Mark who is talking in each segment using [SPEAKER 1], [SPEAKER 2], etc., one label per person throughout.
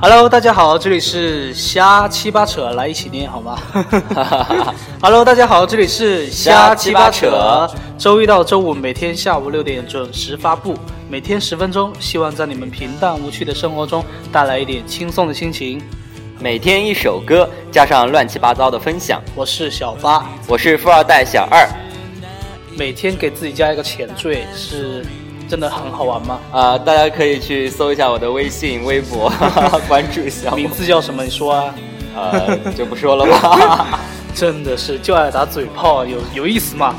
[SPEAKER 1] Hello，大家好，这里是瞎七八扯，来一起念好吗？Hello，大家好，这里是瞎七八扯
[SPEAKER 2] 瞎七八，
[SPEAKER 1] 周一到周五每天下午六点准时发布，每天十分钟，希望在你们平淡无趣的生活中带来一点轻松的心情。
[SPEAKER 2] 每天一首歌，加上乱七八糟的分享。
[SPEAKER 1] 我是小八，
[SPEAKER 2] 我是富二代小二，
[SPEAKER 1] 每天给自己加一个前缀，是真的很好玩吗？
[SPEAKER 2] 啊、大家可以去搜一下我的微信、微博， 哈哈关注一下
[SPEAKER 1] 名
[SPEAKER 2] 我。
[SPEAKER 1] 字叫什么？你说啊？
[SPEAKER 2] 呃，就不说了吧。
[SPEAKER 1] 真的是就爱打嘴炮，有有意思吗？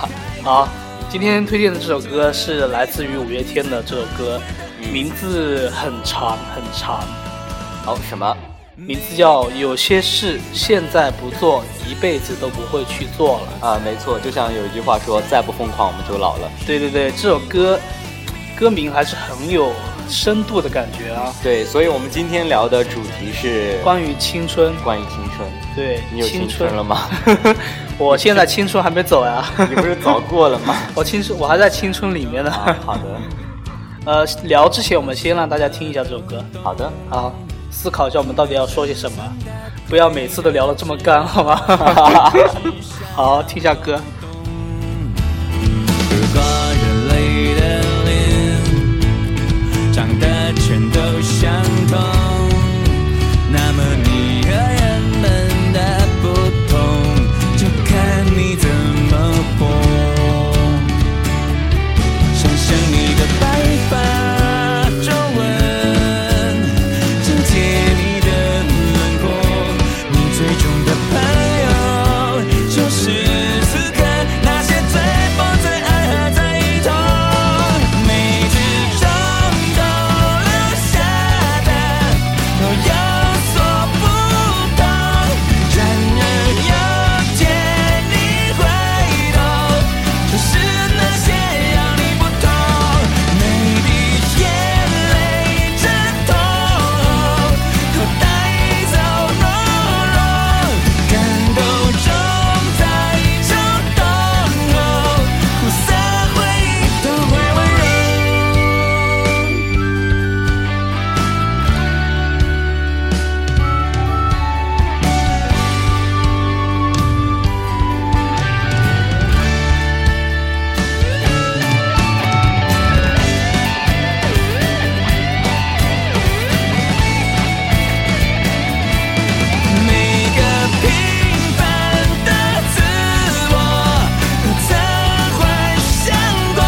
[SPEAKER 1] 好，今天推荐的这首歌是来自于五月天的这首歌，名字很长很长，
[SPEAKER 2] 好，什么？
[SPEAKER 1] 名字叫《有些事现在不做，一辈子都不会去做了》。
[SPEAKER 2] 啊、没错，就像有一句话说，再不疯狂我们就老了。
[SPEAKER 1] 对对对，这首歌歌名还是很有深度的感觉啊，
[SPEAKER 2] 对，所以我们今天聊的主题是
[SPEAKER 1] 关于青春，
[SPEAKER 2] 关于青春。
[SPEAKER 1] 对
[SPEAKER 2] 你有青春了吗？
[SPEAKER 1] 春 我现在青春还没走呀、
[SPEAKER 2] 你不是早过了吗？
[SPEAKER 1] 我青春我还在青春里面呢。
[SPEAKER 2] 啊，好的，
[SPEAKER 1] 呃，聊之前我们先让大家听一下这首歌，
[SPEAKER 2] 好的。
[SPEAKER 1] 好，思考一下我们到底要说些什么，不要每次都聊得这么干，好 吗？好，听一下歌。
[SPEAKER 3] 如果人类的脸长得全都相同，那么你和人们的不同，就看你怎么活。想象你的白发皱纹，整洁你的轮廓，你最终的朋友就是此刻那些最疯、最爱和最一痛，每次冲动留下的都有所不同。然而有天你回头，就是那些让你不同，每滴眼泪阵痛都带走懦弱，感动中再冲动，苦涩回忆都会温柔。每个平凡的自我都曾幻想过，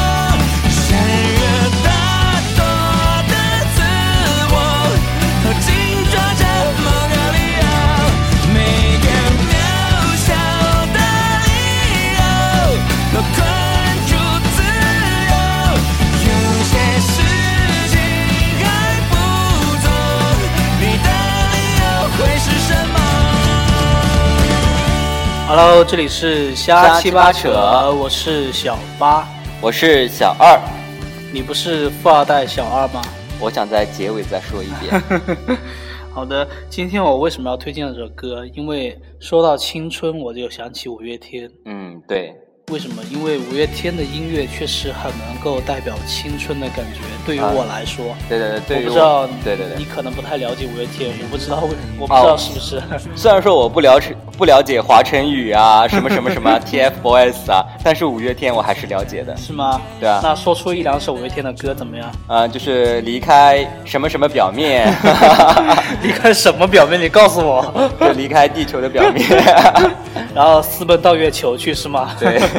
[SPEAKER 3] 闪耀大朵的自我都紧抓着某个理由，每个渺小的理由都困住自由，有些事情还不做，你的理由会是什么？
[SPEAKER 1] Hello，这里是瞎
[SPEAKER 2] 瞎
[SPEAKER 1] 七
[SPEAKER 2] 七
[SPEAKER 1] 八
[SPEAKER 2] 八
[SPEAKER 1] 扯，
[SPEAKER 2] 扯
[SPEAKER 1] 我是小八，
[SPEAKER 2] 我是小二，
[SPEAKER 1] 你不是富二代小二吗？
[SPEAKER 2] 我想在结尾再说一遍。
[SPEAKER 1] 好的，今天我为什么要推荐这首歌？因为说到青春，我就想起五月天。
[SPEAKER 2] 嗯，对，
[SPEAKER 1] 为什么？因为五月天的音乐确实很能够代表青春的感觉，对于
[SPEAKER 2] 啊
[SPEAKER 1] 我来说。
[SPEAKER 2] 对对对，对
[SPEAKER 1] 我
[SPEAKER 2] 于
[SPEAKER 1] 不知道，
[SPEAKER 2] 对对哦对
[SPEAKER 1] 你。可能不太了解五月天，我不知道为，我不知道是不是。
[SPEAKER 2] 虽然说我不了解不了解华晨宇啊，什么什么什么 TFBOYS 啊，但是五月天我还是了解的。
[SPEAKER 1] 是吗？
[SPEAKER 2] 对啊
[SPEAKER 1] 那说出一两首五月天的歌怎么样？
[SPEAKER 2] 啊、就是离开什么什么表面，
[SPEAKER 1] 离开什么表面？你告诉我。
[SPEAKER 2] 就离开地球的表 面。
[SPEAKER 1] 然后私奔到月球去是吗？
[SPEAKER 2] 对。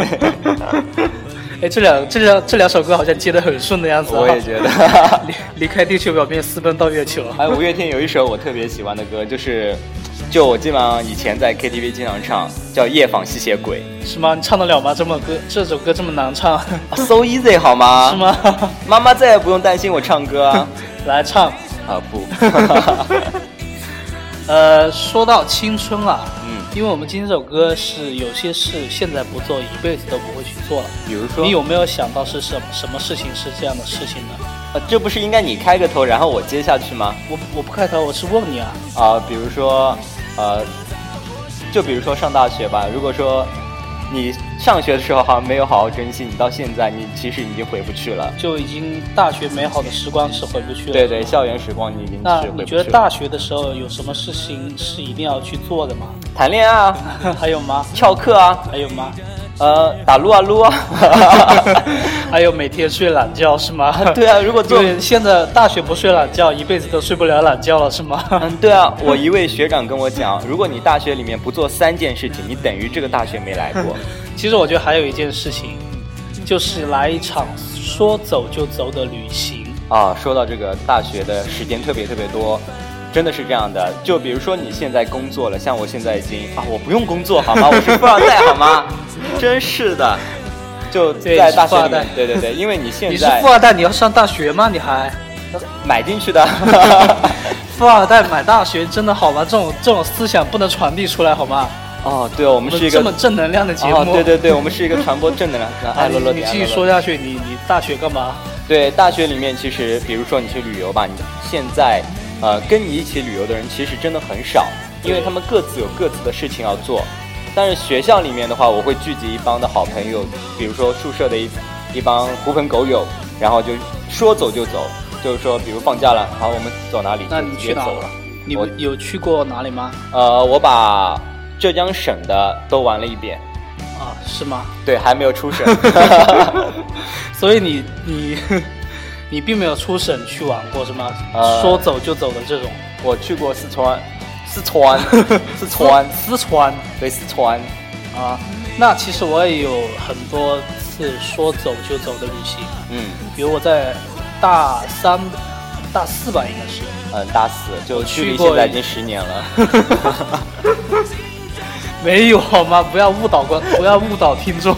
[SPEAKER 1] 哎，这两这两这两首歌好像接得很顺的样子、啊。
[SPEAKER 2] 我也觉得
[SPEAKER 1] 离离开地球表面，私奔到月球。
[SPEAKER 2] 哎，五月天有一首我特别喜欢的歌，就是就我基本上以前在 KTV 经常唱，叫《夜访吸血鬼
[SPEAKER 1] 是吗？你唱得了吗？这么歌，这首歌这么难唱，》
[SPEAKER 2] 啊，so easy 好嗯 吗？
[SPEAKER 1] 是？吗？
[SPEAKER 2] 妈妈再也不用担心我唱歌啊！
[SPEAKER 1] 来唱。
[SPEAKER 2] 啊 不，
[SPEAKER 1] 呃，说到青春啊，
[SPEAKER 2] 嗯，
[SPEAKER 1] 因为我们今天这首歌是有些事现在不做，一辈子都不会去做了。
[SPEAKER 2] 比如说
[SPEAKER 1] 你有没有想到是什么什么事情是这样的事情呢？
[SPEAKER 2] 啊这不是应该你开个头，然后我接下去吗？
[SPEAKER 1] 我我不开头，我是问你啊。
[SPEAKER 2] 啊、比如说，呃，就比如说上大学吧。如果说你上学的时候好像没有好好珍惜，你到现在你其实已经回不去了。
[SPEAKER 1] 就已经大学美好的时光是回不去了。
[SPEAKER 2] 对对，校园时光你已经
[SPEAKER 1] 那
[SPEAKER 2] 是回
[SPEAKER 1] 你
[SPEAKER 2] 不去
[SPEAKER 1] 觉得
[SPEAKER 2] 了。
[SPEAKER 1] 大学的时候有什么事情是一定要去做的吗？
[SPEAKER 2] 谈恋爱啊，
[SPEAKER 1] 还有吗？
[SPEAKER 2] 翘课啊，
[SPEAKER 1] 还有 吗？
[SPEAKER 2] 呃，打撸啊撸啊。
[SPEAKER 1] 还有每天睡懒觉是吗？
[SPEAKER 2] 对啊，如果 做
[SPEAKER 1] 对，现在大学不睡懒觉，一辈子都睡不了懒觉了是吗？
[SPEAKER 2] 嗯，对啊，我一位学长跟我讲，如果你大学里面不做三件事情，你等于这个大学没来过。
[SPEAKER 1] 其实我觉得还有一件事情，就是来一场说走就走的旅行。
[SPEAKER 2] 啊，说到这个大学的时间特别特别多，真的是这样的。就比如说你现在工作了，像我现在已经啊，我不用工作好吗？我是富二代好吗？真是的，就
[SPEAKER 1] 对
[SPEAKER 2] 在
[SPEAKER 1] 你是
[SPEAKER 2] 大学
[SPEAKER 1] 富二
[SPEAKER 2] 里面
[SPEAKER 1] 代，
[SPEAKER 2] 对对对，因为你现
[SPEAKER 1] 你是
[SPEAKER 2] 在
[SPEAKER 1] 富二代，你要上大学吗？你还
[SPEAKER 2] 买进去的，
[SPEAKER 1] 富二代买大学真的好吗？这种这种思想不能传递出来好吗？
[SPEAKER 2] 哦，对哦，我
[SPEAKER 1] 我
[SPEAKER 2] 们是
[SPEAKER 1] 们
[SPEAKER 2] 一个
[SPEAKER 1] 这么正能量的节目，
[SPEAKER 2] 哦，对对对，我们是一个传播正能量的。
[SPEAKER 1] 啊，
[SPEAKER 2] 哎，
[SPEAKER 1] 你
[SPEAKER 2] 乐乐
[SPEAKER 1] 你
[SPEAKER 2] 点，
[SPEAKER 1] 继
[SPEAKER 2] 哎
[SPEAKER 1] 续
[SPEAKER 2] 乐乐
[SPEAKER 1] 说下去，你你大学干嘛？
[SPEAKER 2] 对，大学里面其实，比如说你去旅游吧，你现在，呃，跟你一起旅游的人其实真的很少，因为他们各自有各自的事情要做。但是学校里面的话，我会聚集一帮的好朋友，比如说宿舍的一一帮狐朋狗友，然后就说走就走，就是说，比如放假了，好，我们走哪里
[SPEAKER 1] 那
[SPEAKER 2] 就
[SPEAKER 1] 你
[SPEAKER 2] 直
[SPEAKER 1] 去
[SPEAKER 2] 接
[SPEAKER 1] 哪
[SPEAKER 2] 走了。
[SPEAKER 1] 你
[SPEAKER 2] 我
[SPEAKER 1] 有去过哪里吗？
[SPEAKER 2] 呃，我把浙江省的都玩了一遍，
[SPEAKER 1] 啊，是 吗？
[SPEAKER 2] 对，还没有 出省。
[SPEAKER 1] 所以你你你并没有出省去玩过是吗？
[SPEAKER 2] 呃
[SPEAKER 1] 说走就走的这种。
[SPEAKER 2] 我去过四川，四川，四川，
[SPEAKER 1] 四川
[SPEAKER 2] 对，四川。
[SPEAKER 1] 啊，那其实我也有很多次说走就走的旅行，
[SPEAKER 2] 嗯，
[SPEAKER 1] 比如我在大三、大四吧，应该是
[SPEAKER 2] 嗯，大四就距
[SPEAKER 1] 去
[SPEAKER 2] 离
[SPEAKER 1] 过
[SPEAKER 2] 现在已经十年了。
[SPEAKER 1] 没有好吗？不要误导观，不要误导听众，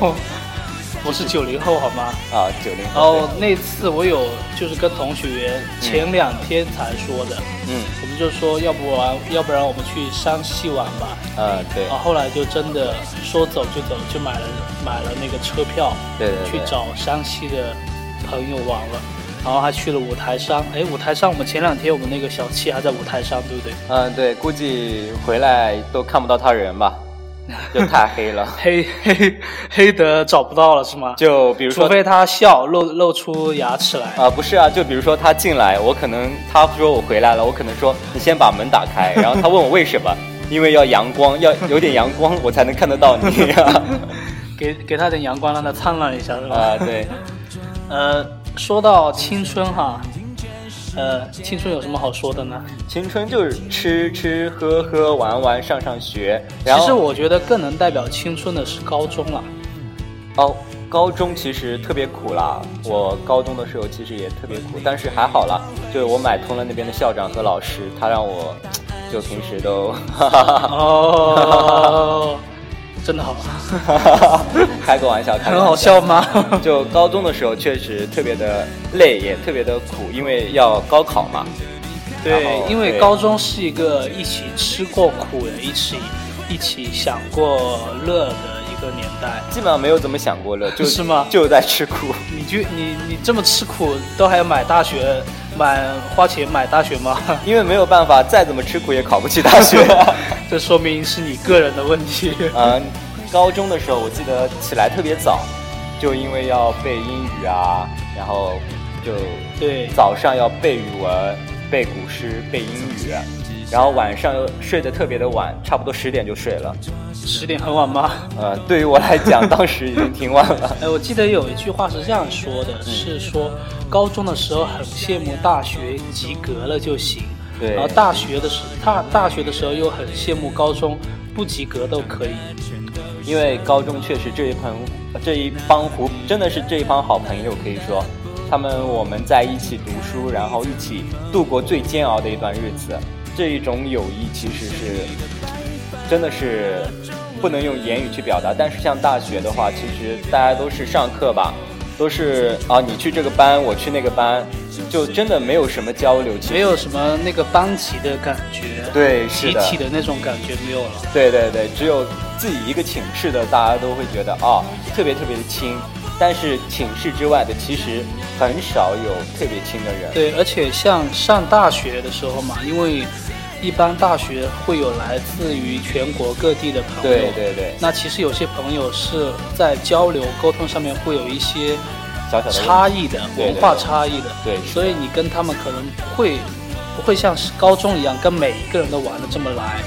[SPEAKER 1] 我是九零后好 吗？
[SPEAKER 2] 啊，九零
[SPEAKER 1] 然
[SPEAKER 2] 后。
[SPEAKER 1] 后那次我有就是跟同学前两天才说的，
[SPEAKER 2] 嗯，
[SPEAKER 1] 我们就说要不玩，要不然我们去山西玩吧。
[SPEAKER 2] 呃，对
[SPEAKER 1] 然后后来就真的说走就走，就买了买了那个车票，
[SPEAKER 2] 对对对
[SPEAKER 1] 去找山西的朋友玩了，然后还去了五台山。哎，五台山，我们前两天我们那个小七还在五台山，对不对？。
[SPEAKER 2] 嗯，对，估计回来都看不到他人吧，就太黑了
[SPEAKER 1] 黑黑黑的找不到了是吗？
[SPEAKER 2] 就比如
[SPEAKER 1] 除
[SPEAKER 2] 说，
[SPEAKER 1] 非他笑露露出牙齿来。
[SPEAKER 2] 啊，不是啊，就比如说他进来，我可能他说我回来了，我可能说你先把门打 开，然后他问我为什么，因为要阳光，要有点阳光，我才能看得到你。
[SPEAKER 1] 给给他点阳光，让他灿烂一下，是吧？
[SPEAKER 2] 啊，对，
[SPEAKER 1] 呃，说到青春哈，呃，青春有什么好说的呢？
[SPEAKER 2] 青春就是吃吃喝喝玩玩上上学，然后
[SPEAKER 1] 其实我觉得更能代表青春的是高中啊了。
[SPEAKER 2] 哦，高中其实特别苦啦，我高中的时候其实也特别
[SPEAKER 1] 嗯
[SPEAKER 2] 苦，但是还好啦，就是我买通了那边的校长和老师，他让我就平 时都啊
[SPEAKER 1] 哦， 真的好，
[SPEAKER 2] 开个玩笑，开个玩
[SPEAKER 1] 很好笑吗？
[SPEAKER 2] 就高中的时候确实特别的累，也特别的苦，因为要高考嘛。然
[SPEAKER 1] 对
[SPEAKER 2] 后，
[SPEAKER 1] 因为
[SPEAKER 2] 对
[SPEAKER 1] 高中是一个一起吃过苦的，一起一起想过乐的一个年代。
[SPEAKER 2] 基本上没有怎么想过乐， 就是
[SPEAKER 1] 吗
[SPEAKER 2] 就在吃苦。
[SPEAKER 1] 你就你你这么吃苦，都还要买大学，买花钱买大学吗？
[SPEAKER 2] 因为没有办法，再怎么吃苦也考不起大学。
[SPEAKER 1] 这说明是你个人的问题。
[SPEAKER 2] 嗯，高中的时候我记得起来特别早，就因为要背英语啊，然后就
[SPEAKER 1] 对，
[SPEAKER 2] 早上要背语文、背古诗、背英语，然后晚上又睡得特别的晚，差不多十点就睡了。
[SPEAKER 1] 十点很晚吗？
[SPEAKER 2] 呃，对于我来讲，当时已经挺晚了。
[SPEAKER 1] 哎，我记得有一句话是这样说
[SPEAKER 2] 嗯
[SPEAKER 1] 的，是说高中的时候很羡慕大学及格了就行，
[SPEAKER 2] 对
[SPEAKER 1] 然后大学的时大大学的时候又很羡慕高中不及格都可以。
[SPEAKER 2] 因为高中确实这一盆这一帮狐真的是这一帮好朋友，可以说，他们我们在一起读书，然后一起度过最煎熬的一段日子，这一种友谊其实是真的是不能用言语去表达。但是像大学的话，其实大家都是上课吧，都是啊你去这个班，我去那个班，就真的没有什么交流，其实
[SPEAKER 1] 没有什么那个班级的感觉，
[SPEAKER 2] 对是
[SPEAKER 1] 集
[SPEAKER 2] 的
[SPEAKER 1] 体的那种感觉没有了。
[SPEAKER 2] 对对对，只有自己一个寝室的，大家都会觉得啊、特别特别的亲。但是寝室之外的，其实很少有特别亲的人。
[SPEAKER 1] 对，而且像上大学的时候嘛，因为一般大学会有来自于全国各地的朋友，
[SPEAKER 2] 对对对，
[SPEAKER 1] 那其实有些朋友是在交流沟通上面会有一些
[SPEAKER 2] 小小的
[SPEAKER 1] 差异的，
[SPEAKER 2] 对对
[SPEAKER 1] 文化差异的，
[SPEAKER 2] 对是的
[SPEAKER 1] 所以你跟他们可能不会不会像是高中一样跟每一个人都玩的这么来。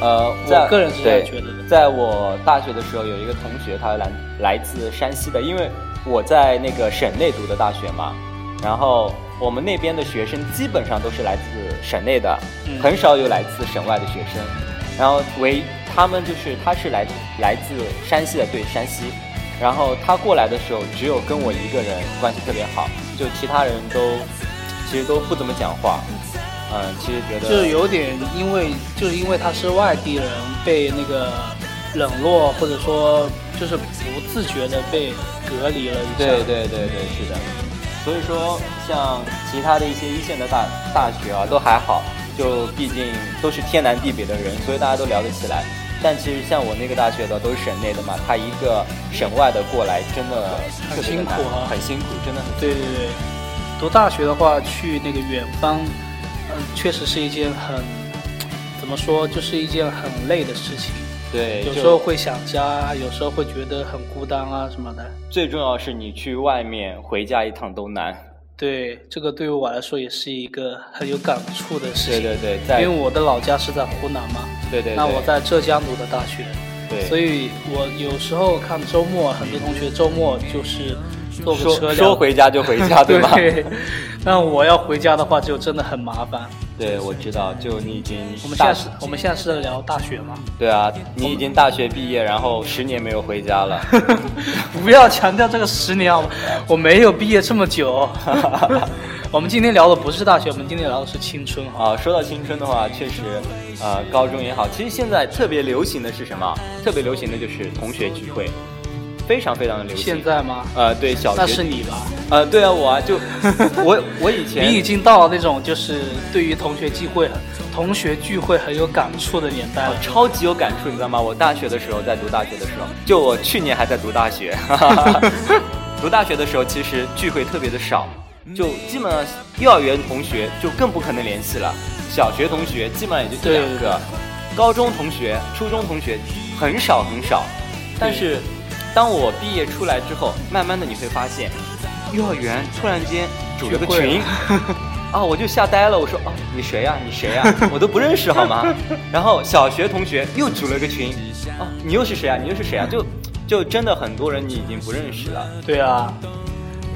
[SPEAKER 2] 呃，
[SPEAKER 1] 我
[SPEAKER 2] 在
[SPEAKER 1] 个人是这样
[SPEAKER 2] 对
[SPEAKER 1] 觉得的
[SPEAKER 2] 在我大学的时候，有一个同学，他来来自山西的，因为我在那个省内读的大学嘛，然后我们那边的学生基本上都是来自省内的，
[SPEAKER 1] 嗯
[SPEAKER 2] 很少有来自省外的学生。然后唯他们就是他是来来自山西的，对山西。然后他过来的时候，只有跟我一个人关系特别好，就其他人都其实都不怎么讲话。嗯，其实觉得
[SPEAKER 1] 就是有点因为就是因为他是外地人被那个冷落，或者说就是不自觉的被隔离了一下。
[SPEAKER 2] 对对对对，是的。所以说，像其他的一些一线的大大学啊，都还好，就毕竟都是天南地北的人，所以大家都聊得起来。但其实像我那个大学的都是省内的嘛，他一个省外的过来，真的
[SPEAKER 1] 很
[SPEAKER 2] 特别
[SPEAKER 1] 辛苦
[SPEAKER 2] 难
[SPEAKER 1] 啊
[SPEAKER 2] 很辛苦，真的很辛苦。
[SPEAKER 1] 对对对，读大学的话，去那个远方，嗯，确实是一件很怎么说，就是一件很累的事情。
[SPEAKER 2] 对，
[SPEAKER 1] 有
[SPEAKER 2] 就
[SPEAKER 1] 时候会想家，有时候会觉得很孤单啊什么的。
[SPEAKER 2] 最重要是你去外面回家一趟都难。
[SPEAKER 1] 对，这个对于我来说也是一个很有感触的事
[SPEAKER 2] 对
[SPEAKER 1] 情。
[SPEAKER 2] 对对，在
[SPEAKER 1] 因为我的老家是在湖南嘛，
[SPEAKER 2] 对对，
[SPEAKER 1] 那
[SPEAKER 2] 对
[SPEAKER 1] 我在浙江读的大学，
[SPEAKER 2] 对
[SPEAKER 1] 所以我有时候看周末，很多同学周末就是坐个车
[SPEAKER 2] 说
[SPEAKER 1] 辆
[SPEAKER 2] 说回家就回 家，
[SPEAKER 1] 对
[SPEAKER 2] 啊吧？
[SPEAKER 1] 那我要回家的话，就真的很麻烦。
[SPEAKER 2] 对，我知道，就你已经
[SPEAKER 1] 我们现
[SPEAKER 2] 大
[SPEAKER 1] 在是，我们现在是在聊大学吗？
[SPEAKER 2] 对啊，你已经大学毕业，然后十年没有回 家了。
[SPEAKER 1] 不要强调这个十年，我我没有毕业这么久。 我们今天聊的不是大学，我们今天聊的是青春哈。
[SPEAKER 2] 啊，说到青春的话，确实，呃，高中也好，其实现在特别流行的是什么？特别流行的就是同学聚会，非常非常的流行。
[SPEAKER 1] 现在吗？
[SPEAKER 2] 呃，对，小学
[SPEAKER 1] 那是你吧？
[SPEAKER 2] 呃，对啊，我啊，就我我以前
[SPEAKER 1] 你已经到了那种就是对于同学聚会、同学聚会很有感触的年代了。
[SPEAKER 2] 超级有感触，你知道吗？我大学的时候，在读大学的时候，就我去年还在读大学， 读大学的时候其实聚会特别的少，
[SPEAKER 1] 嗯
[SPEAKER 2] 就基本上幼儿园同学就更不可能联系了，小学同学基本上也就这两
[SPEAKER 1] 对
[SPEAKER 2] 个，高中同学、初中同学很少很少。但是当我毕业出来之后，慢慢的你会发现，幼儿园突然间组了个
[SPEAKER 1] 聚会
[SPEAKER 2] 群
[SPEAKER 1] 了。
[SPEAKER 2] 啊，我就吓呆了，我说哦，你谁呀、你谁呀、啊我都不认识好吗？然后小学同学又组了个群，哦，你又是谁啊？你又是谁啊？就就真的很多人你已经不认识了。
[SPEAKER 1] 对啊，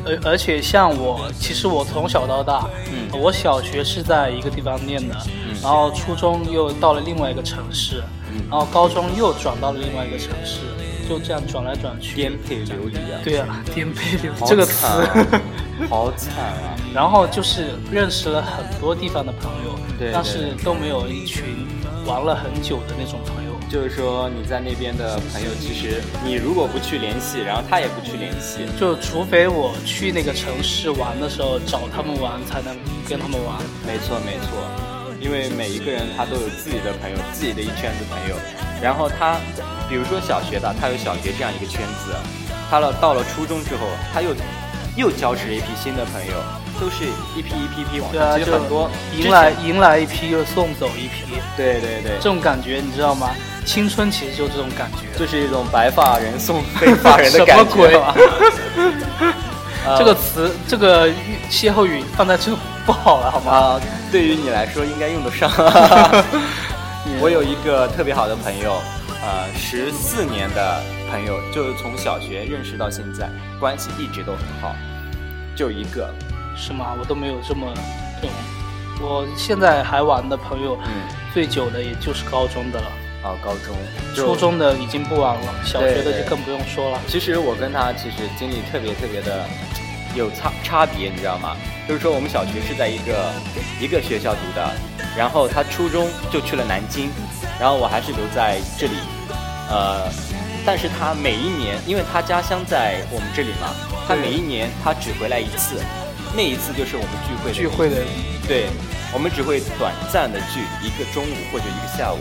[SPEAKER 1] 而而且像我，其实我从小到大，
[SPEAKER 2] 嗯
[SPEAKER 1] 我小学是在一个地方念的，
[SPEAKER 2] 嗯
[SPEAKER 1] 然后初中又到了另外一个城市，
[SPEAKER 2] 嗯
[SPEAKER 1] 然后高中又转到了另外一个城市，就这样转来转去。
[SPEAKER 2] 颠沛流离啊！
[SPEAKER 1] 对啊，颠沛流离
[SPEAKER 2] 好
[SPEAKER 1] 这个词
[SPEAKER 2] 惨。 啊好惨啊！
[SPEAKER 1] 然后就是认识了很多地方的朋友，
[SPEAKER 2] 对
[SPEAKER 1] 但
[SPEAKER 2] 对
[SPEAKER 1] 是都没有一群玩了很久的那种朋友。
[SPEAKER 2] 就是说你在那边的朋友，其实你如果不去联系，然后他也不去联系，
[SPEAKER 1] 就除非我去那个城市玩的时候找他们玩，才能跟他们玩。
[SPEAKER 2] 没错没错，因为每一个人他都有自己的朋友，自己的一圈子朋友。然后他，比如说小学的，他有小学这样一个圈子，他了到了初中之后，他又又交识了一批新的朋友，都是一批一批一批往
[SPEAKER 1] 对啊，
[SPEAKER 2] 上，其
[SPEAKER 1] 就
[SPEAKER 2] 实很多
[SPEAKER 1] 迎来
[SPEAKER 2] 之前
[SPEAKER 1] 迎来一批又送走一批，
[SPEAKER 2] 对对对
[SPEAKER 1] 这，种感觉你知道吗？青春其实就这种感觉。
[SPEAKER 2] 就是一种白发人送 黑发人的
[SPEAKER 1] 什
[SPEAKER 2] 感
[SPEAKER 1] 么
[SPEAKER 2] 觉呃
[SPEAKER 1] 鬼
[SPEAKER 2] 吧。
[SPEAKER 1] 这个词，这个歇后语放在这不好了，好吗？
[SPEAKER 2] 啊，对于你来说应该用得上。我有一个特别好的朋友，呃，十四年的朋友，就是从小学认识到现在，关系一直都很好，就一个，
[SPEAKER 1] 是吗？我都没有这么这种。我现在还玩的朋友，
[SPEAKER 2] 嗯，
[SPEAKER 1] 最久的也就是高中的了，
[SPEAKER 2] 啊，高中，
[SPEAKER 1] 初。中的已经不玩了，小学
[SPEAKER 2] 对
[SPEAKER 1] 的
[SPEAKER 2] 对
[SPEAKER 1] 就更不用说了。
[SPEAKER 2] 其实我跟他其实经历特别特别的有差差别，你知道吗？就是说我们小学是在一个一个学校读的，然后他初中就去了南京，然后我还是留在这里，呃，但是他每一年，因为他家乡在我们这里嘛，他每一年他只回来一次，那一次就是我们聚会的
[SPEAKER 1] 聚会的
[SPEAKER 2] 对，我们只会短暂的聚一个中午或者一个下午，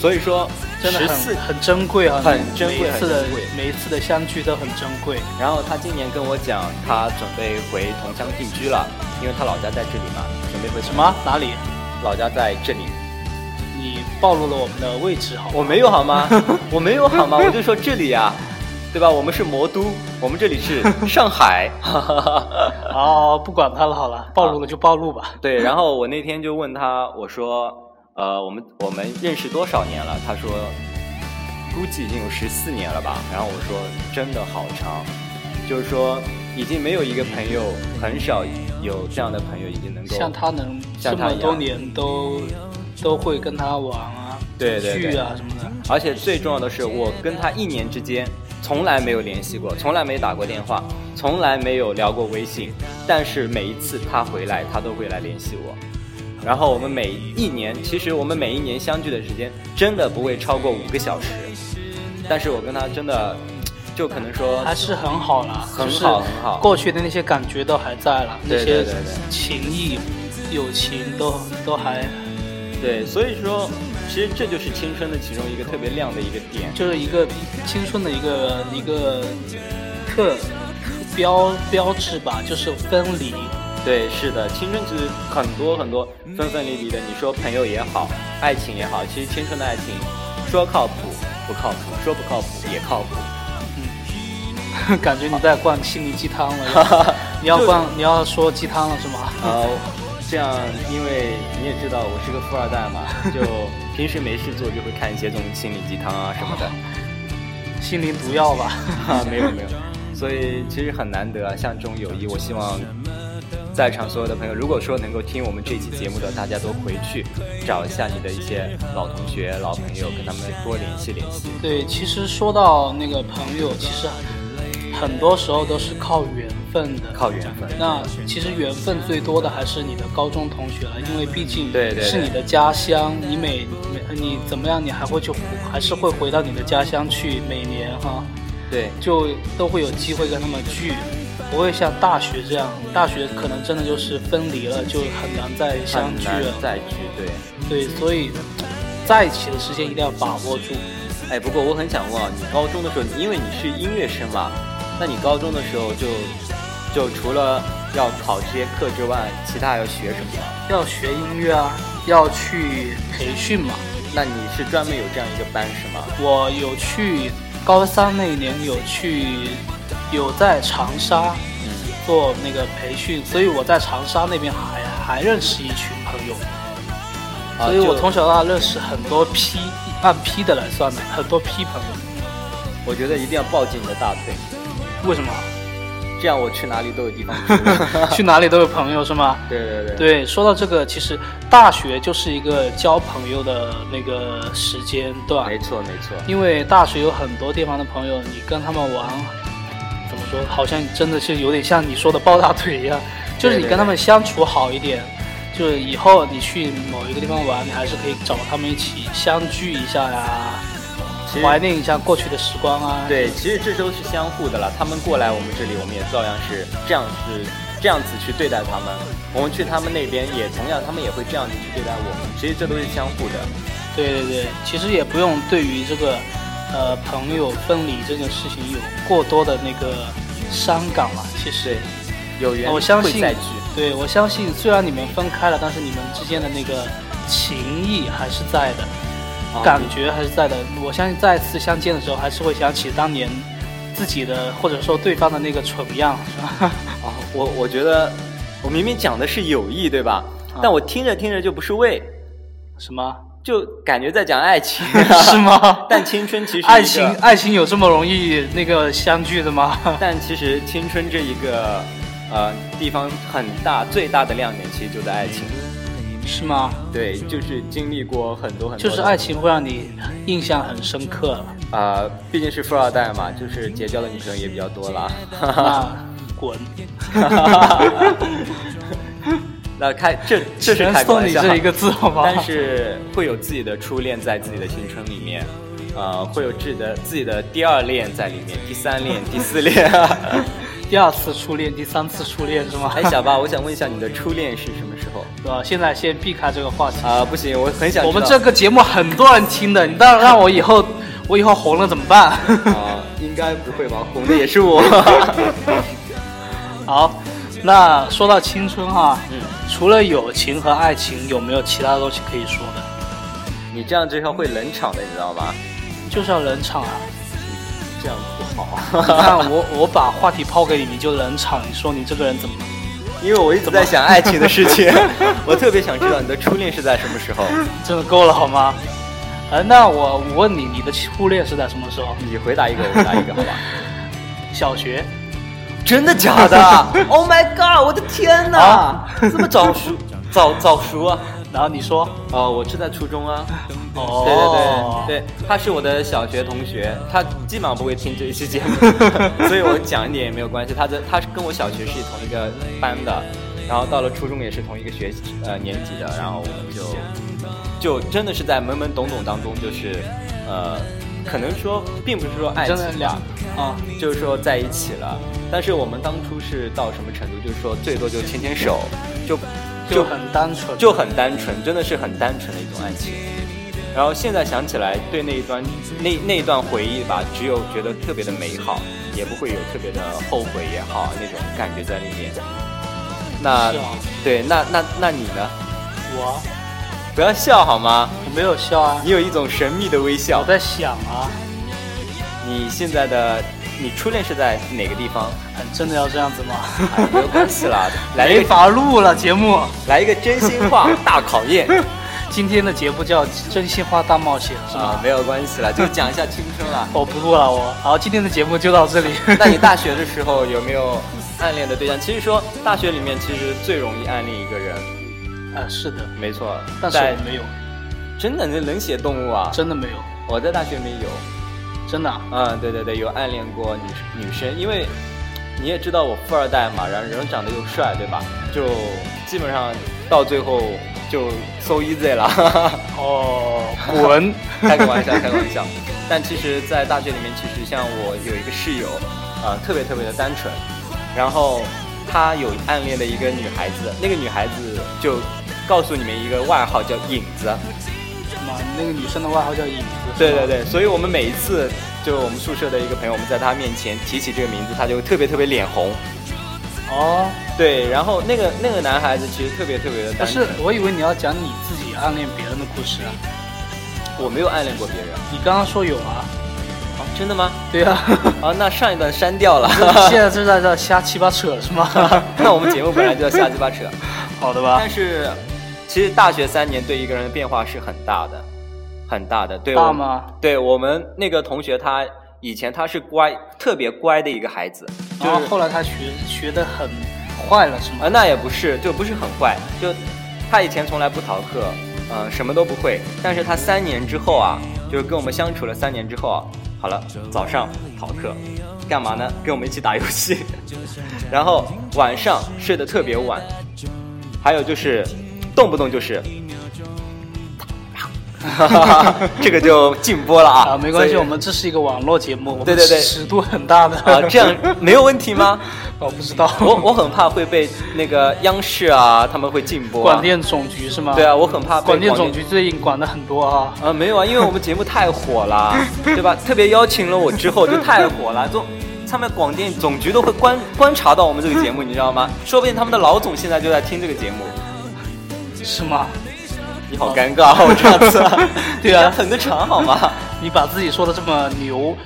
[SPEAKER 2] 所以说
[SPEAKER 1] 真的
[SPEAKER 2] 十四
[SPEAKER 1] 很很珍贵啊，
[SPEAKER 2] 很珍
[SPEAKER 1] 每
[SPEAKER 2] 贵
[SPEAKER 1] 一次的
[SPEAKER 2] 很珍贵
[SPEAKER 1] 每一次的相聚都很珍贵。
[SPEAKER 2] 然后他今年跟我讲，他准备回同乡定居了，因为他老家在这里嘛，准备回
[SPEAKER 1] 什么？哪里？
[SPEAKER 2] 老家在这里。
[SPEAKER 1] 你暴露了我们的位置好吗，
[SPEAKER 2] 我没有 好吗？我没有好吗？我就说这里呀、对吧？我们是魔都，我们这里是上海。
[SPEAKER 1] 好，哦不管他了，好了，暴露了就暴露吧。
[SPEAKER 2] 对，然后我那天就问他，我说，呃，我们我们认识多少年了？他说，估计已经有十四年了吧。然后我说，真的好长，就是说已经没有一个朋友，很少有这样的朋友已经能够
[SPEAKER 1] 像他能
[SPEAKER 2] 像
[SPEAKER 1] 这
[SPEAKER 2] 他
[SPEAKER 1] 么
[SPEAKER 2] 一样
[SPEAKER 1] 多年都都会跟他玩啊、
[SPEAKER 2] 对对对
[SPEAKER 1] 去啊什么的，
[SPEAKER 2] 而且最重要的是，我跟他一年之间从来没有联系过，从来没打过电话，从来没有聊过微信。但是每一次他回来，他都会来联系我。然后我们每一年，其实我们每一年相聚的时间真的不会超过五个小时，但是我跟他真的就可能说
[SPEAKER 1] 还是很好啦，
[SPEAKER 2] 很好
[SPEAKER 1] 就是
[SPEAKER 2] 很好
[SPEAKER 1] 过去的那些感觉都还在了，
[SPEAKER 2] 对对
[SPEAKER 1] 那
[SPEAKER 2] 对
[SPEAKER 1] 些
[SPEAKER 2] 对
[SPEAKER 1] 情谊、友情都都还
[SPEAKER 2] 对，所以说其实这就是青春的其中一个特别亮的一个点。
[SPEAKER 1] 就是一个青春的一个一个特标标志吧，就是分离。
[SPEAKER 2] 对，是的，青春其实很多很多分分离离的。你说朋友也好，爱情也好，其实青春的爱情，说靠谱不靠谱，说不靠谱也靠谱。
[SPEAKER 1] 感觉你在灌心灵鸡汤 了，你要灌你要说鸡汤了是吗？
[SPEAKER 2] 呃，这样，因为你也知道我是个富二代嘛，就平时没事做就会看一些这种心理鸡汤啊什么的。
[SPEAKER 1] 心灵毒药吧。
[SPEAKER 2] 啊，没有没有，所以其实很难得啊，像这种友谊，我希望在场所有的朋友，如果说能够听我们这期节目的，大家都回去找一下你的一些老同学、老朋友，跟他们多联系联系。
[SPEAKER 1] 对，其实说到那个朋友，其实很多时候都是靠缘分的。
[SPEAKER 2] 靠缘分。
[SPEAKER 1] 那其实缘分最多的还是你的高中同学了，因为毕竟
[SPEAKER 2] 对对对
[SPEAKER 1] 是你的家乡，你每每你怎么样，你还会去回还是会回到你的家乡去，每年哈
[SPEAKER 2] 对
[SPEAKER 1] 就都会有机会跟他们聚，不会像大学这样，大学可能真的就是分离了，就很难再相
[SPEAKER 2] 很
[SPEAKER 1] 聚
[SPEAKER 2] 难
[SPEAKER 1] 了。
[SPEAKER 2] 再聚对。
[SPEAKER 1] 对，所以在一起的时间一定要把握住。
[SPEAKER 2] 哎，不过我很想问啊，你高中的时候，因为你是音乐生嘛，那你高中的时候就就除了要考这些课之外，其他还要学什么啊？
[SPEAKER 1] 要学音乐啊，要去培训嘛。
[SPEAKER 2] 那你是专门有这样一个班是吗？
[SPEAKER 1] 我有去高三那一年有去，有在长沙
[SPEAKER 2] 嗯，
[SPEAKER 1] 做那个培训，所以我在长沙那边还还认识一群朋友，
[SPEAKER 2] 啊
[SPEAKER 1] 所以我
[SPEAKER 2] 就
[SPEAKER 1] 从小到大认识很多批，按批的来算的，很多批朋友。
[SPEAKER 2] 我觉得一定要抱紧你的大腿，
[SPEAKER 1] 为什么？
[SPEAKER 2] 这样我去哪里都有地方 去。
[SPEAKER 1] 去哪里都有朋友是吗？
[SPEAKER 2] 对对对，
[SPEAKER 1] 对，说到这个，其实大学就是一个交朋友的那个时间段，
[SPEAKER 2] 没错没错，
[SPEAKER 1] 因为大学有很多地方的朋友，你跟他们玩，怎么说？好像真的是有点像你说的抱大腿一样，就是你
[SPEAKER 2] 对对
[SPEAKER 1] 跟他们相处好一点，就是以后你去某一个地方玩，你还是可以找他们一起相聚一下呀，
[SPEAKER 2] 其实
[SPEAKER 1] 怀念一下过去的时光啊。
[SPEAKER 2] 对，其实这都是相互的了。他们过来我们这里，我们也照样是这样子这样子去对待他们。我们去他们那边也同样，他们也会这样子去对待我们。其实这都是相互的。
[SPEAKER 1] 对对对，其实也不用对于这个呃朋友分离这件事情有过多的那个伤感了。其实
[SPEAKER 2] 对，有缘
[SPEAKER 1] 哦我相信
[SPEAKER 2] 会再聚。，
[SPEAKER 1] 对我相信，虽然你们分开了，但是你们之间的那个情谊还是在的，
[SPEAKER 2] 啊
[SPEAKER 1] 感觉还是在的。我相信再次相见的时候，还是会想起当年自己的或者说对方的那个蠢样，是吧？
[SPEAKER 2] 啊，我我觉得我明明讲的是友谊，对吧？
[SPEAKER 1] 啊
[SPEAKER 2] 但我听着听着就不是味，
[SPEAKER 1] 什么？
[SPEAKER 2] 就感觉在讲 爱情，啊
[SPEAKER 1] 是吗
[SPEAKER 2] 但青春其实
[SPEAKER 1] 爱
[SPEAKER 2] 是一
[SPEAKER 1] 情
[SPEAKER 2] 个，
[SPEAKER 1] 爱情有这么容易那个相聚的吗？
[SPEAKER 2] 但其实青春这一个呃地方很大，最大的亮点其实就在爱情。
[SPEAKER 1] 是吗？
[SPEAKER 2] 对，就是经历过很多很多的，
[SPEAKER 1] 就是爱情会让你印象很深刻。
[SPEAKER 2] 啊、毕竟是富二代嘛，就是结交的女生也比较多啦。
[SPEAKER 1] 那滚！
[SPEAKER 2] 那开这这是
[SPEAKER 1] 全
[SPEAKER 2] 开
[SPEAKER 1] 送
[SPEAKER 2] 玩
[SPEAKER 1] 你
[SPEAKER 2] 笑，
[SPEAKER 1] 这一个字好吗？
[SPEAKER 2] 但是会有自己的初恋在自己的青春里面，呃，会有自己的自己的第二恋在里面，第三恋、第四恋。
[SPEAKER 1] 第二次初恋，第三次初恋是吗？
[SPEAKER 2] 哎，小八，我想问一下，你的初恋是什么时候？
[SPEAKER 1] 对吧？现在先避开这个话题。
[SPEAKER 2] 啊、不行，我很想
[SPEAKER 1] 我们
[SPEAKER 2] 知
[SPEAKER 1] 这
[SPEAKER 2] 道
[SPEAKER 1] 个节目很多人听的，你当然让我以后 我以后红了怎么办？
[SPEAKER 2] 啊、应该不会吧？红的也是我。
[SPEAKER 1] 好，那说到青春哈，
[SPEAKER 2] 嗯，
[SPEAKER 1] 除了友情和爱情，有没有其他东西可以说的？
[SPEAKER 2] 你这样之后会冷场的，你知道吗？
[SPEAKER 1] 就是要冷 场啊！
[SPEAKER 2] 这样不 好
[SPEAKER 1] 你
[SPEAKER 2] 啊，
[SPEAKER 1] 看我我把话题抛给你，你就冷场，你说你这个人怎么？
[SPEAKER 2] 因为我一直在想爱情的事情， 我特别想知道你的初恋是在什么时候。
[SPEAKER 1] 真的够了好吗？呃，那我我问你，你的初恋是在什么时候？
[SPEAKER 2] 你回答一个，我回答一个，好吧？
[SPEAKER 1] 小学？
[SPEAKER 2] 真的假的 ？Oh my god！我的天哪，
[SPEAKER 1] 啊
[SPEAKER 2] 这么早 熟，早早熟啊！
[SPEAKER 1] 然后你说？
[SPEAKER 2] 哦，我是在初中啊。
[SPEAKER 1] 哦，
[SPEAKER 2] 对对对对，他是我的小学同学，他基本上不会听这一期节 目，所以我讲一点也没有关系。他在他是跟我小学是同一个班的，然后到了初中也是同一个学呃年级的，然后我们就就真的是在懵懵懂懂当中，就是呃，可能说并不是说爱
[SPEAKER 1] 真的
[SPEAKER 2] 情
[SPEAKER 1] 两
[SPEAKER 2] 吧，
[SPEAKER 1] 啊，
[SPEAKER 2] 就是说在一起了。但是我们当初是到什么程度，就是说最多就牵牵手，就
[SPEAKER 1] 就很单纯，
[SPEAKER 2] 就很单纯，真的是很单纯的一种爱情。然后现在想起来，对那一段那那一段回忆吧，只有觉得特别的美好，也不会有特别的后悔也好那种感觉在里面。那
[SPEAKER 1] 是啊
[SPEAKER 2] 对，那那那你呢？
[SPEAKER 1] 我
[SPEAKER 2] 不要笑好吗？
[SPEAKER 1] 我没有笑啊，
[SPEAKER 2] 你有一种神秘的微笑
[SPEAKER 1] 我。在想啊，
[SPEAKER 2] 你现在的你初恋是在哪个地方？
[SPEAKER 1] 哎 真的要这样子吗？
[SPEAKER 2] 哎 没有关系 啦，来一
[SPEAKER 1] 没
[SPEAKER 2] 个
[SPEAKER 1] 法录了节目，
[SPEAKER 2] 来一个真心话大考验
[SPEAKER 1] 今天的节目叫《真心话大冒险》是
[SPEAKER 2] 啊，
[SPEAKER 1] 吗？
[SPEAKER 2] 没有关系啦，就讲一下青春啦。
[SPEAKER 1] 我不录了，我好，今天的节目就到这 里。
[SPEAKER 2] 那你大学的时候有没有暗恋的对象？其实说大学里面其实最容易暗恋一个人，
[SPEAKER 1] 啊，是的，
[SPEAKER 2] 没错。
[SPEAKER 1] 但是
[SPEAKER 2] 在
[SPEAKER 1] 我没有，
[SPEAKER 2] 真的那冷血动物啊，
[SPEAKER 1] 真的没有，
[SPEAKER 2] 我在大学里面有，
[SPEAKER 1] 真的啊
[SPEAKER 2] 嗯，对对对，有暗恋过女女生，因为你也知道我富二代嘛，然后人长得又帅，对吧？就基本上到最后就 so easy 了。
[SPEAKER 1] 哦，滚！
[SPEAKER 2] 开个玩笑，开个玩笑。但其实，在大学里面，其实像我有一个室友，呃，特别特别的单纯。然后他有暗恋的一个女孩子，那个女孩子就告诉你们一个外号叫影子。
[SPEAKER 1] 妈，那个女生的外号叫影子。
[SPEAKER 2] 对对，对，所以我们每一次就我们宿舍的一个朋友，我们在他面前提起这个名字，他就特别特别脸红。
[SPEAKER 1] 哦，
[SPEAKER 2] 对，然后那个那个男孩子其实特别特别的
[SPEAKER 1] 不
[SPEAKER 2] 单纯
[SPEAKER 1] 是。，我以为你要讲你自己暗恋别人的故事啊。
[SPEAKER 2] 我没有暗恋过别人。
[SPEAKER 1] 你刚刚说有啊？
[SPEAKER 2] 哦，真的吗？
[SPEAKER 1] 对 啊，
[SPEAKER 2] 啊，那上一段删掉了。
[SPEAKER 1] 你现在是在这瞎七八扯是吗？
[SPEAKER 2] 那我们节目本来就要瞎鸡巴扯。
[SPEAKER 1] 好的吧
[SPEAKER 2] 但？是，啊其实大学三年对一个人的变化是很大的，很大的。对我
[SPEAKER 1] 大吗？
[SPEAKER 2] 对我们那个同学他，以前他是乖，特别乖的一个孩子，就
[SPEAKER 1] 然后
[SPEAKER 2] 是
[SPEAKER 1] 后来他学学的很坏了是吗？
[SPEAKER 2] 啊，那也不是，就不是很坏，就他以前从来不逃课，嗯、什么都不会。但是他三年之后啊，就是跟我们相处了三年之后啊，好了，早上逃课，干嘛呢？跟我们一起打游戏， 然后晚上睡得特别晚，还有就是动不动就是。 这个就禁播了啊！
[SPEAKER 1] 啊，没关系，
[SPEAKER 2] 所
[SPEAKER 1] 我
[SPEAKER 2] 以
[SPEAKER 1] 们这是一个网络节目，我们
[SPEAKER 2] 对对对
[SPEAKER 1] 尺度很大的
[SPEAKER 2] 啊，这样没有问题吗？
[SPEAKER 1] 我不知道。
[SPEAKER 2] 我我很怕会被那个央视啊，他们会禁播啊、
[SPEAKER 1] 广电总局是吗？
[SPEAKER 2] 对啊，我很怕被
[SPEAKER 1] 广电总局最近管的很多啊。
[SPEAKER 2] 啊，没有啊，因为我们节目太火 了，对吧？特别邀请了我之后就太火了，就他们广电总局都会观观察到我们这个节目，你知道吗？说不定他们的老总现在就在听这个节目。
[SPEAKER 1] 是吗？
[SPEAKER 2] 你好尴尬，
[SPEAKER 1] 哦
[SPEAKER 2] 我这样子，
[SPEAKER 1] 对啊
[SPEAKER 2] 捧个场好吗？啊
[SPEAKER 1] 你把自己说的这么牛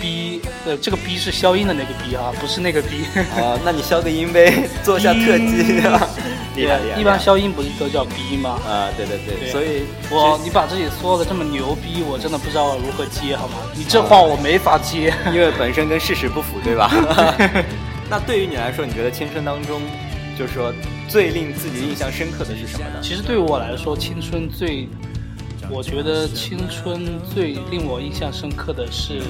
[SPEAKER 1] 逼，呃，这个逼是消音的那个逼啊，不是那个逼。
[SPEAKER 2] 啊，那你消个音呗，做一下特技啊， 厉害厉害。
[SPEAKER 1] 嗯一般消音不是都叫逼吗？
[SPEAKER 2] 啊，对对对，
[SPEAKER 1] 对
[SPEAKER 2] 所以
[SPEAKER 1] 我，你把自己说的这么牛逼，我真的不知道如何接好吗？你
[SPEAKER 2] 啊
[SPEAKER 1] 这话我没法接。
[SPEAKER 2] 因为本身跟事实不符，对 吧？那对于你来说，你觉得青春当中，就是说最令自己印象深刻的是什么呢？
[SPEAKER 1] 其实对我来说，青春最，我觉得青春最令我印象深刻的是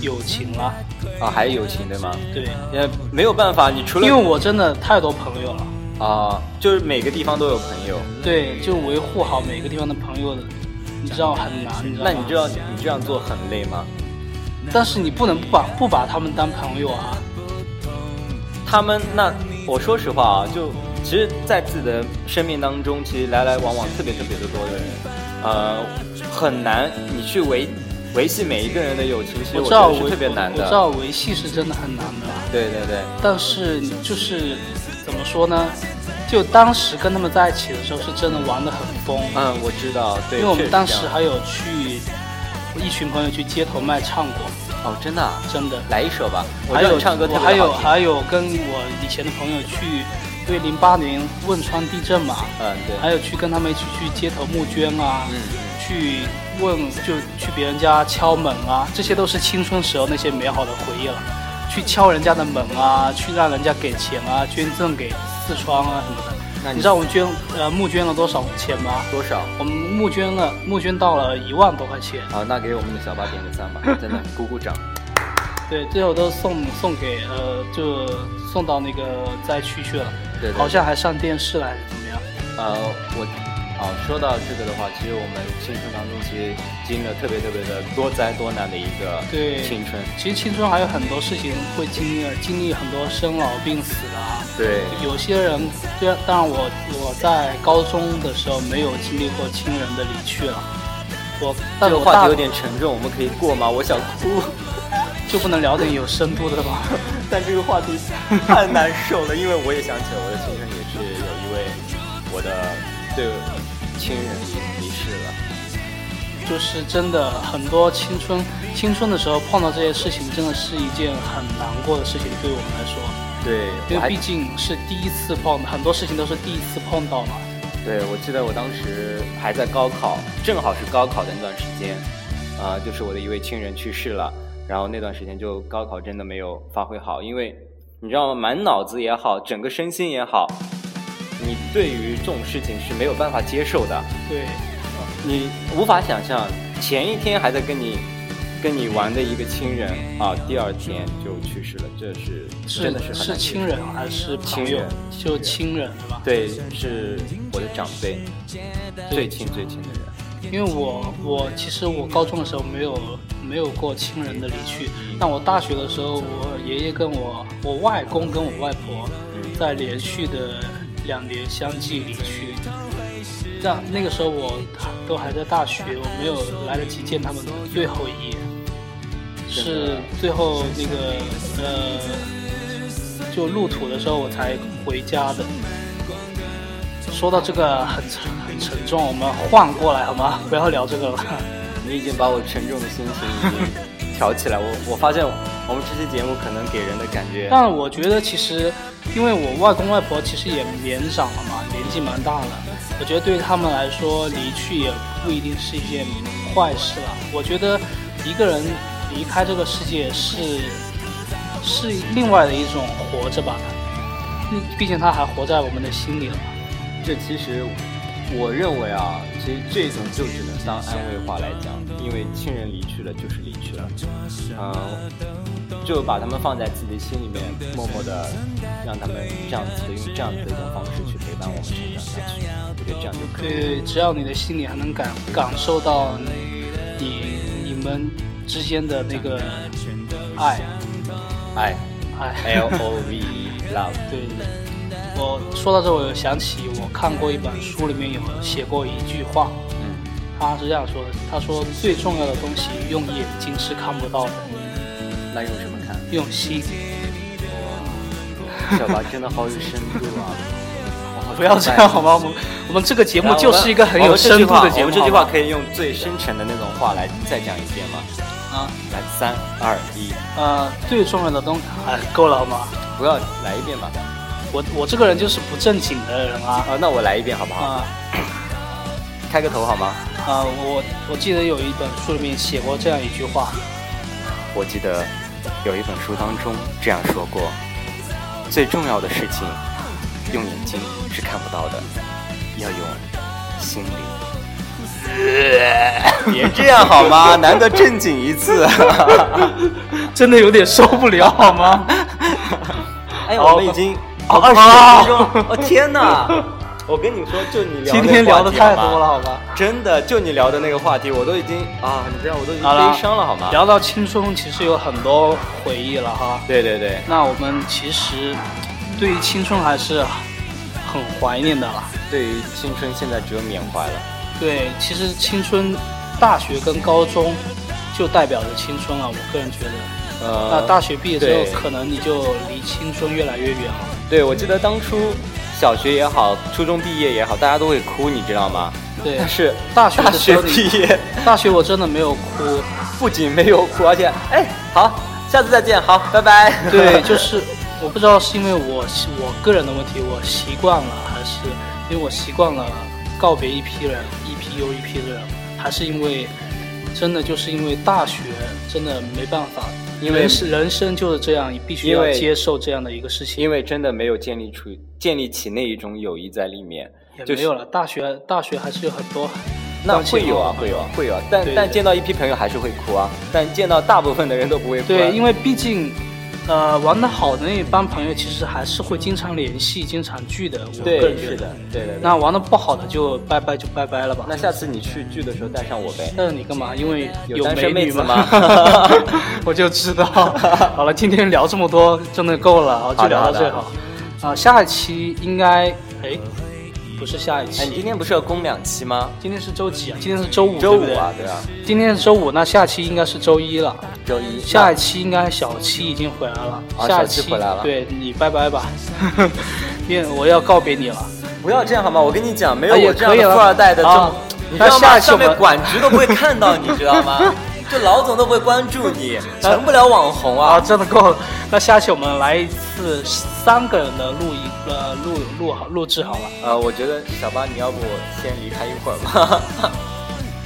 [SPEAKER 1] 友情啦。
[SPEAKER 2] 啊，还有友情对吗？
[SPEAKER 1] 对，
[SPEAKER 2] 也没有办法，你除了
[SPEAKER 1] 因为我真的太多朋友了。
[SPEAKER 2] 啊、就是每个地方都有朋友。
[SPEAKER 1] 对，就维护好每个地方的朋友，你知道很难，你知道吗？
[SPEAKER 2] 那你知道你这样做很累吗？
[SPEAKER 1] 但是你不能不把不把他们当朋友啊。
[SPEAKER 2] 他们那我说实话啊，就其实，在自己的生命当中，其实来来往往特别特别的多的人，呃，很难你去维维系每一个人的友情，其实
[SPEAKER 1] 我
[SPEAKER 2] 我
[SPEAKER 1] 知
[SPEAKER 2] 觉
[SPEAKER 1] 道
[SPEAKER 2] 得
[SPEAKER 1] 维
[SPEAKER 2] 是特别难
[SPEAKER 1] 我
[SPEAKER 2] 的
[SPEAKER 1] 知。道维系是真的很难的，
[SPEAKER 2] 对对对，
[SPEAKER 1] 但是你就是怎怎么说呢？就当时跟他们在一起的时候，是真的玩的很疯。
[SPEAKER 2] 嗯，我知道，对，
[SPEAKER 1] 因为我
[SPEAKER 2] 确
[SPEAKER 1] 们
[SPEAKER 2] 实
[SPEAKER 1] 当
[SPEAKER 2] 这样
[SPEAKER 1] 时还有去一群朋友去街头卖唱过，
[SPEAKER 2] 哦，真的啊、
[SPEAKER 1] 真的。
[SPEAKER 2] 来一首吧，我
[SPEAKER 1] 还
[SPEAKER 2] 知道
[SPEAKER 1] 有
[SPEAKER 2] 你唱歌特
[SPEAKER 1] 我
[SPEAKER 2] 别
[SPEAKER 1] 还有
[SPEAKER 2] 好听
[SPEAKER 1] 还有跟我以前的朋友去，因为零八年汶川地震嘛，
[SPEAKER 2] 嗯，对，
[SPEAKER 1] 还有去跟他们一起去街头募捐啊，
[SPEAKER 2] 嗯
[SPEAKER 1] 去问就去别人家敲门啊，这些都是青春时候那些美好的回忆了。去敲人家的门啊，去让人家给钱啊，捐赠给四川啊什么
[SPEAKER 2] 那
[SPEAKER 1] 的。
[SPEAKER 2] 你
[SPEAKER 1] 你知道我们捐呃募捐了多少钱吗？
[SPEAKER 2] 多少？
[SPEAKER 1] 我们募捐了，募捐到了一万多块钱，
[SPEAKER 2] 好，那给我们的小八点个 赞吧，真的鼓鼓掌。
[SPEAKER 1] 对，最后都送送给呃，就送到那个灾区去了，
[SPEAKER 2] 对对对
[SPEAKER 1] 好像还上电视了还是怎么样？
[SPEAKER 2] 呃，我，哦，说到这个的话，其实我们青春当中其实经历了特别特别的多灾多难的一个
[SPEAKER 1] 对
[SPEAKER 2] 青春。
[SPEAKER 1] 其实青春还有很多事情会经历，经历很多生老病死啊。
[SPEAKER 2] 对，
[SPEAKER 1] 有些人，虽然当然我我在高中的时候没有经历过亲人的离去了，我
[SPEAKER 2] 这
[SPEAKER 1] 但
[SPEAKER 2] 个
[SPEAKER 1] 我
[SPEAKER 2] 话
[SPEAKER 1] 大
[SPEAKER 2] 题有点沉重，我们可以过吗？我想哭，
[SPEAKER 1] 就不能聊点有深度的吗？
[SPEAKER 2] 但这个话题太难受了，因为我也想起了我的青春也是有一位我的对亲人离离世了。
[SPEAKER 1] 就是真的很多青春青春的时候碰到这些事情，真的是一件很难过的事情，对我们来说。
[SPEAKER 2] 对，
[SPEAKER 1] 因
[SPEAKER 2] 我
[SPEAKER 1] 为
[SPEAKER 2] 还
[SPEAKER 1] 毕竟是第一次碰，很多事情都是第一次碰到嘛。
[SPEAKER 2] 对，我记得我当时还在高考，正好是高考的那段时间，啊、就是我的一位亲人去世了，然后那段时间就高考真的没有发挥好，因为你知道吗？满脑子也好，整个身心也好，你对于这种事情是没有办法接受的，
[SPEAKER 1] 对，
[SPEAKER 2] 你无法想象，前一天还在跟你跟你玩的一个亲人啊，第二天就去世了，这是
[SPEAKER 1] 是
[SPEAKER 2] 真的是很
[SPEAKER 1] 是
[SPEAKER 2] 难接
[SPEAKER 1] 亲
[SPEAKER 2] 受
[SPEAKER 1] 人还是朋
[SPEAKER 2] 亲
[SPEAKER 1] 友
[SPEAKER 2] 人？
[SPEAKER 1] 就亲人对吧？
[SPEAKER 2] 对，是我的长辈，最亲最亲的人。
[SPEAKER 1] 因为我我其实我高中的时候没有没有过亲人的离去，但我大学的时候，我爷爷跟我我外公跟我外婆
[SPEAKER 2] 嗯
[SPEAKER 1] 在连续的两年相继离去。那那个时候我都还在大学，我没有来得及见他们最后一眼，是最后那个呃，就路途的时候我才回家的。说到这个很沉很沉重，我们换过来好吗？不要聊这个了。
[SPEAKER 2] 你已经把我沉重的心情已经挑起来。我我发现我们这期节目可能给人的感觉，
[SPEAKER 1] 但我觉得其实，因为我外公外婆其实也年长了嘛，年纪蛮大了，我觉得对他们来说离去也不一定是一件坏事了。我觉得一个人离开这个世界是是另外的一种活着吧，嗯毕竟他还活在我们的心里了嘛。
[SPEAKER 2] 这其实我认为啊，其实这种就只能当安慰话来讲，因为亲人离去了就是离去了，嗯，就把他们放在自己心里面，默默的让他们这样子的用这样子的一种方式去陪伴我们成长下去，我觉得这样就可以了。
[SPEAKER 1] 对，只要你的心里还能感感受到你你们之间的那个爱
[SPEAKER 2] 爱
[SPEAKER 1] 爱。
[SPEAKER 2] 哎 L O V E love。
[SPEAKER 1] 对，我说到这，我有想起我看过一本书，里面有写过一句话，
[SPEAKER 2] 嗯，
[SPEAKER 1] 他是这样说的：他说最重要的东西用眼睛是看不到的，
[SPEAKER 2] 那用什么看？
[SPEAKER 1] 用心。
[SPEAKER 2] 小白真的好有深度啊！我好
[SPEAKER 1] 不要这样好吗？我们我们这个节
[SPEAKER 2] 期待
[SPEAKER 1] 目就是一个很有深度的节目。
[SPEAKER 2] 我们这句话
[SPEAKER 1] 以
[SPEAKER 2] 可以用最深沉的那种话来再讲一遍吗？
[SPEAKER 1] 啊，
[SPEAKER 2] 来，三二一，
[SPEAKER 1] 呃，最重要的东西，哎，够了好吗？
[SPEAKER 2] 不要来一遍吧。
[SPEAKER 1] 我我这个人就是不正经的人啊
[SPEAKER 2] 啊，那我来一遍好不
[SPEAKER 1] 啊
[SPEAKER 2] 好？开个头好吗？
[SPEAKER 1] 啊！我我记得有一本书里面写过这样一句 话，
[SPEAKER 2] 我记得有一本书当中这样说过：最重要的事情，用眼睛是看不到的，要用心灵。 别这样好吗？难得正经一次。
[SPEAKER 1] 真的有点受不了好吗？
[SPEAKER 2] 哎，
[SPEAKER 1] 好
[SPEAKER 2] 我们已经
[SPEAKER 1] 好
[SPEAKER 2] 二
[SPEAKER 1] 好
[SPEAKER 2] 十分钟，我、天哪！ 我跟你说，就你聊
[SPEAKER 1] 哦今天聊
[SPEAKER 2] 的
[SPEAKER 1] 的太多了，，好吧？
[SPEAKER 2] 真的，就你聊的那个话题，我都已经啊，你这样我都已经
[SPEAKER 1] 好了
[SPEAKER 2] 悲伤了，好吗？
[SPEAKER 1] 聊到青春，其实有很多回忆了哈。
[SPEAKER 2] 对对对，
[SPEAKER 1] 那我们其实对于青春还是很怀念的啦。
[SPEAKER 2] 对于青春现在只有缅怀了。
[SPEAKER 1] 对，其实青春，大学跟高中就代表着青啊春了。我个人觉得，
[SPEAKER 2] 呃，
[SPEAKER 1] 啊那大学毕业之
[SPEAKER 2] 对
[SPEAKER 1] 后，可能你就离青春越来越远了。
[SPEAKER 2] 对，我记得当初小学也好，初中毕业也好，大家都会哭，你知道吗？
[SPEAKER 1] 对
[SPEAKER 2] 但是
[SPEAKER 1] 大学
[SPEAKER 2] 大
[SPEAKER 1] 的时
[SPEAKER 2] 学
[SPEAKER 1] 候
[SPEAKER 2] 毕业，
[SPEAKER 1] 大学我真的没有哭，
[SPEAKER 2] 不仅没有哭，而且哎，好，下次再见， 好，拜拜。
[SPEAKER 1] 对，就是我不知道是因为我习我个人的问题，我习惯了，还是因为我习惯了告别一批人，一批又一批人，还是因为真的就是因为大学真的没办法，
[SPEAKER 2] 因为
[SPEAKER 1] 人是人生就是这样，你必须
[SPEAKER 2] 因
[SPEAKER 1] 要
[SPEAKER 2] 为
[SPEAKER 1] 接受这样的一个事情。
[SPEAKER 2] 因为真的没有建立出建立起那一种友谊在里面，
[SPEAKER 1] 也
[SPEAKER 2] 就
[SPEAKER 1] 没
[SPEAKER 2] 是
[SPEAKER 1] 有了，大学大学还是有很多
[SPEAKER 2] 那
[SPEAKER 1] 关系
[SPEAKER 2] 会有啊，
[SPEAKER 1] 好
[SPEAKER 2] 会有啊，会有啊，但
[SPEAKER 1] 对
[SPEAKER 2] 但
[SPEAKER 1] 对
[SPEAKER 2] 见到一批朋友还是会哭啊，但见到大部分的人都不会哭、啊。
[SPEAKER 1] 对，因
[SPEAKER 2] 为
[SPEAKER 1] 为毕竟，呃，玩的好的那一帮朋友其实还是会经常联系、经常聚的。我个
[SPEAKER 2] 对
[SPEAKER 1] 人觉
[SPEAKER 2] 是
[SPEAKER 1] 得
[SPEAKER 2] 的，，对对对。
[SPEAKER 1] 那玩的不好的就拜拜就拜拜了吧。
[SPEAKER 2] 那下次你去聚的时候带上我呗。
[SPEAKER 1] 那你干嘛？因为
[SPEAKER 2] 有单身
[SPEAKER 1] 美女
[SPEAKER 2] 妹子
[SPEAKER 1] 吗？ 我就知道。好了，今天聊这么多真的够了，好就
[SPEAKER 2] 好的
[SPEAKER 1] 聊到
[SPEAKER 2] 好的嗯
[SPEAKER 1] 这好。啊，下一期应该哎，不是下一
[SPEAKER 2] 哎，你今
[SPEAKER 1] 期，
[SPEAKER 2] 天不是要攻两期吗？
[SPEAKER 1] 今天是周几啊？今天是周五，
[SPEAKER 2] 周
[SPEAKER 1] 对不
[SPEAKER 2] 五
[SPEAKER 1] 对
[SPEAKER 2] 啊，对啊，
[SPEAKER 1] 今天是周五，那下期应该是周一了。
[SPEAKER 2] 周一。
[SPEAKER 1] 下一期应该小七已经回来了，
[SPEAKER 2] 啊
[SPEAKER 1] 下
[SPEAKER 2] 小
[SPEAKER 1] 一
[SPEAKER 2] 七
[SPEAKER 1] 期
[SPEAKER 2] 回来了
[SPEAKER 1] 对你拜拜吧， 因为我要告别你了。
[SPEAKER 2] 不要这样好吗？我跟你讲，没有
[SPEAKER 1] 哎也
[SPEAKER 2] 我这样
[SPEAKER 1] 可以
[SPEAKER 2] 的
[SPEAKER 1] 了
[SPEAKER 2] 富二代的这
[SPEAKER 1] 啊
[SPEAKER 2] 种，你知道
[SPEAKER 1] 那下
[SPEAKER 2] 吗？
[SPEAKER 1] 一期我
[SPEAKER 2] 上
[SPEAKER 1] 们
[SPEAKER 2] 面管局都不会看到你，知 道吗？这老总都不会关注你，成不了网红
[SPEAKER 1] 啊，
[SPEAKER 2] 啊！
[SPEAKER 1] 真的够了。那下期我们来一次三个人的录音，呃，录录好录制好了，
[SPEAKER 2] 呃，我觉得小八，你要不先离开一会儿吧。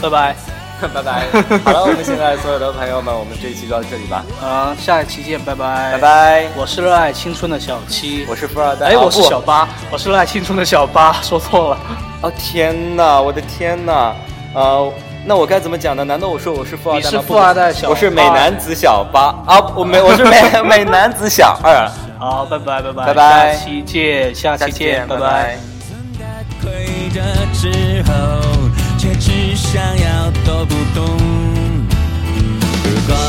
[SPEAKER 1] 拜拜。
[SPEAKER 2] 拜拜。好了，我们现在所有的朋友们，我们这一期就到这里吧，
[SPEAKER 1] 嗯，下一期见，拜拜。
[SPEAKER 2] 拜。拜。
[SPEAKER 1] 我是热爱青春的小七，
[SPEAKER 2] 我是富二代，
[SPEAKER 1] 哎，
[SPEAKER 2] 啊
[SPEAKER 1] 我是
[SPEAKER 2] 不
[SPEAKER 1] 小八，我是热爱青春的小八，说错了。
[SPEAKER 2] 哦天哪，我的天哪，呃，那我该怎么讲呢？难道我说我是富二代吗？
[SPEAKER 1] 你是富二代
[SPEAKER 2] 不
[SPEAKER 1] 小
[SPEAKER 2] 我是美男子小八啊，我美我是美 美男子小二，
[SPEAKER 1] 好，拜拜，拜拜，
[SPEAKER 2] 拜拜
[SPEAKER 1] 下期见，下
[SPEAKER 2] 下
[SPEAKER 1] 期
[SPEAKER 2] 期
[SPEAKER 1] 见，
[SPEAKER 2] 见，
[SPEAKER 1] 拜
[SPEAKER 2] 拜拜。
[SPEAKER 3] 亏的之后，却只想要都不懂。如果